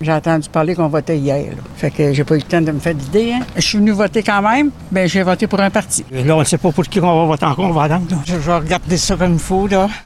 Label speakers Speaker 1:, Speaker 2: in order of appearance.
Speaker 1: J'ai entendu parler qu'on votait hier. là. Fait que j'ai pas eu le temps de me faire d'idée. hein. Je suis venu voter quand même. Ben j'ai voté pour un parti.
Speaker 2: Là, on ne sait pas pour qui on va voter encore, on va attendre. là.
Speaker 1: Je vais regarder ça comme il faut, là.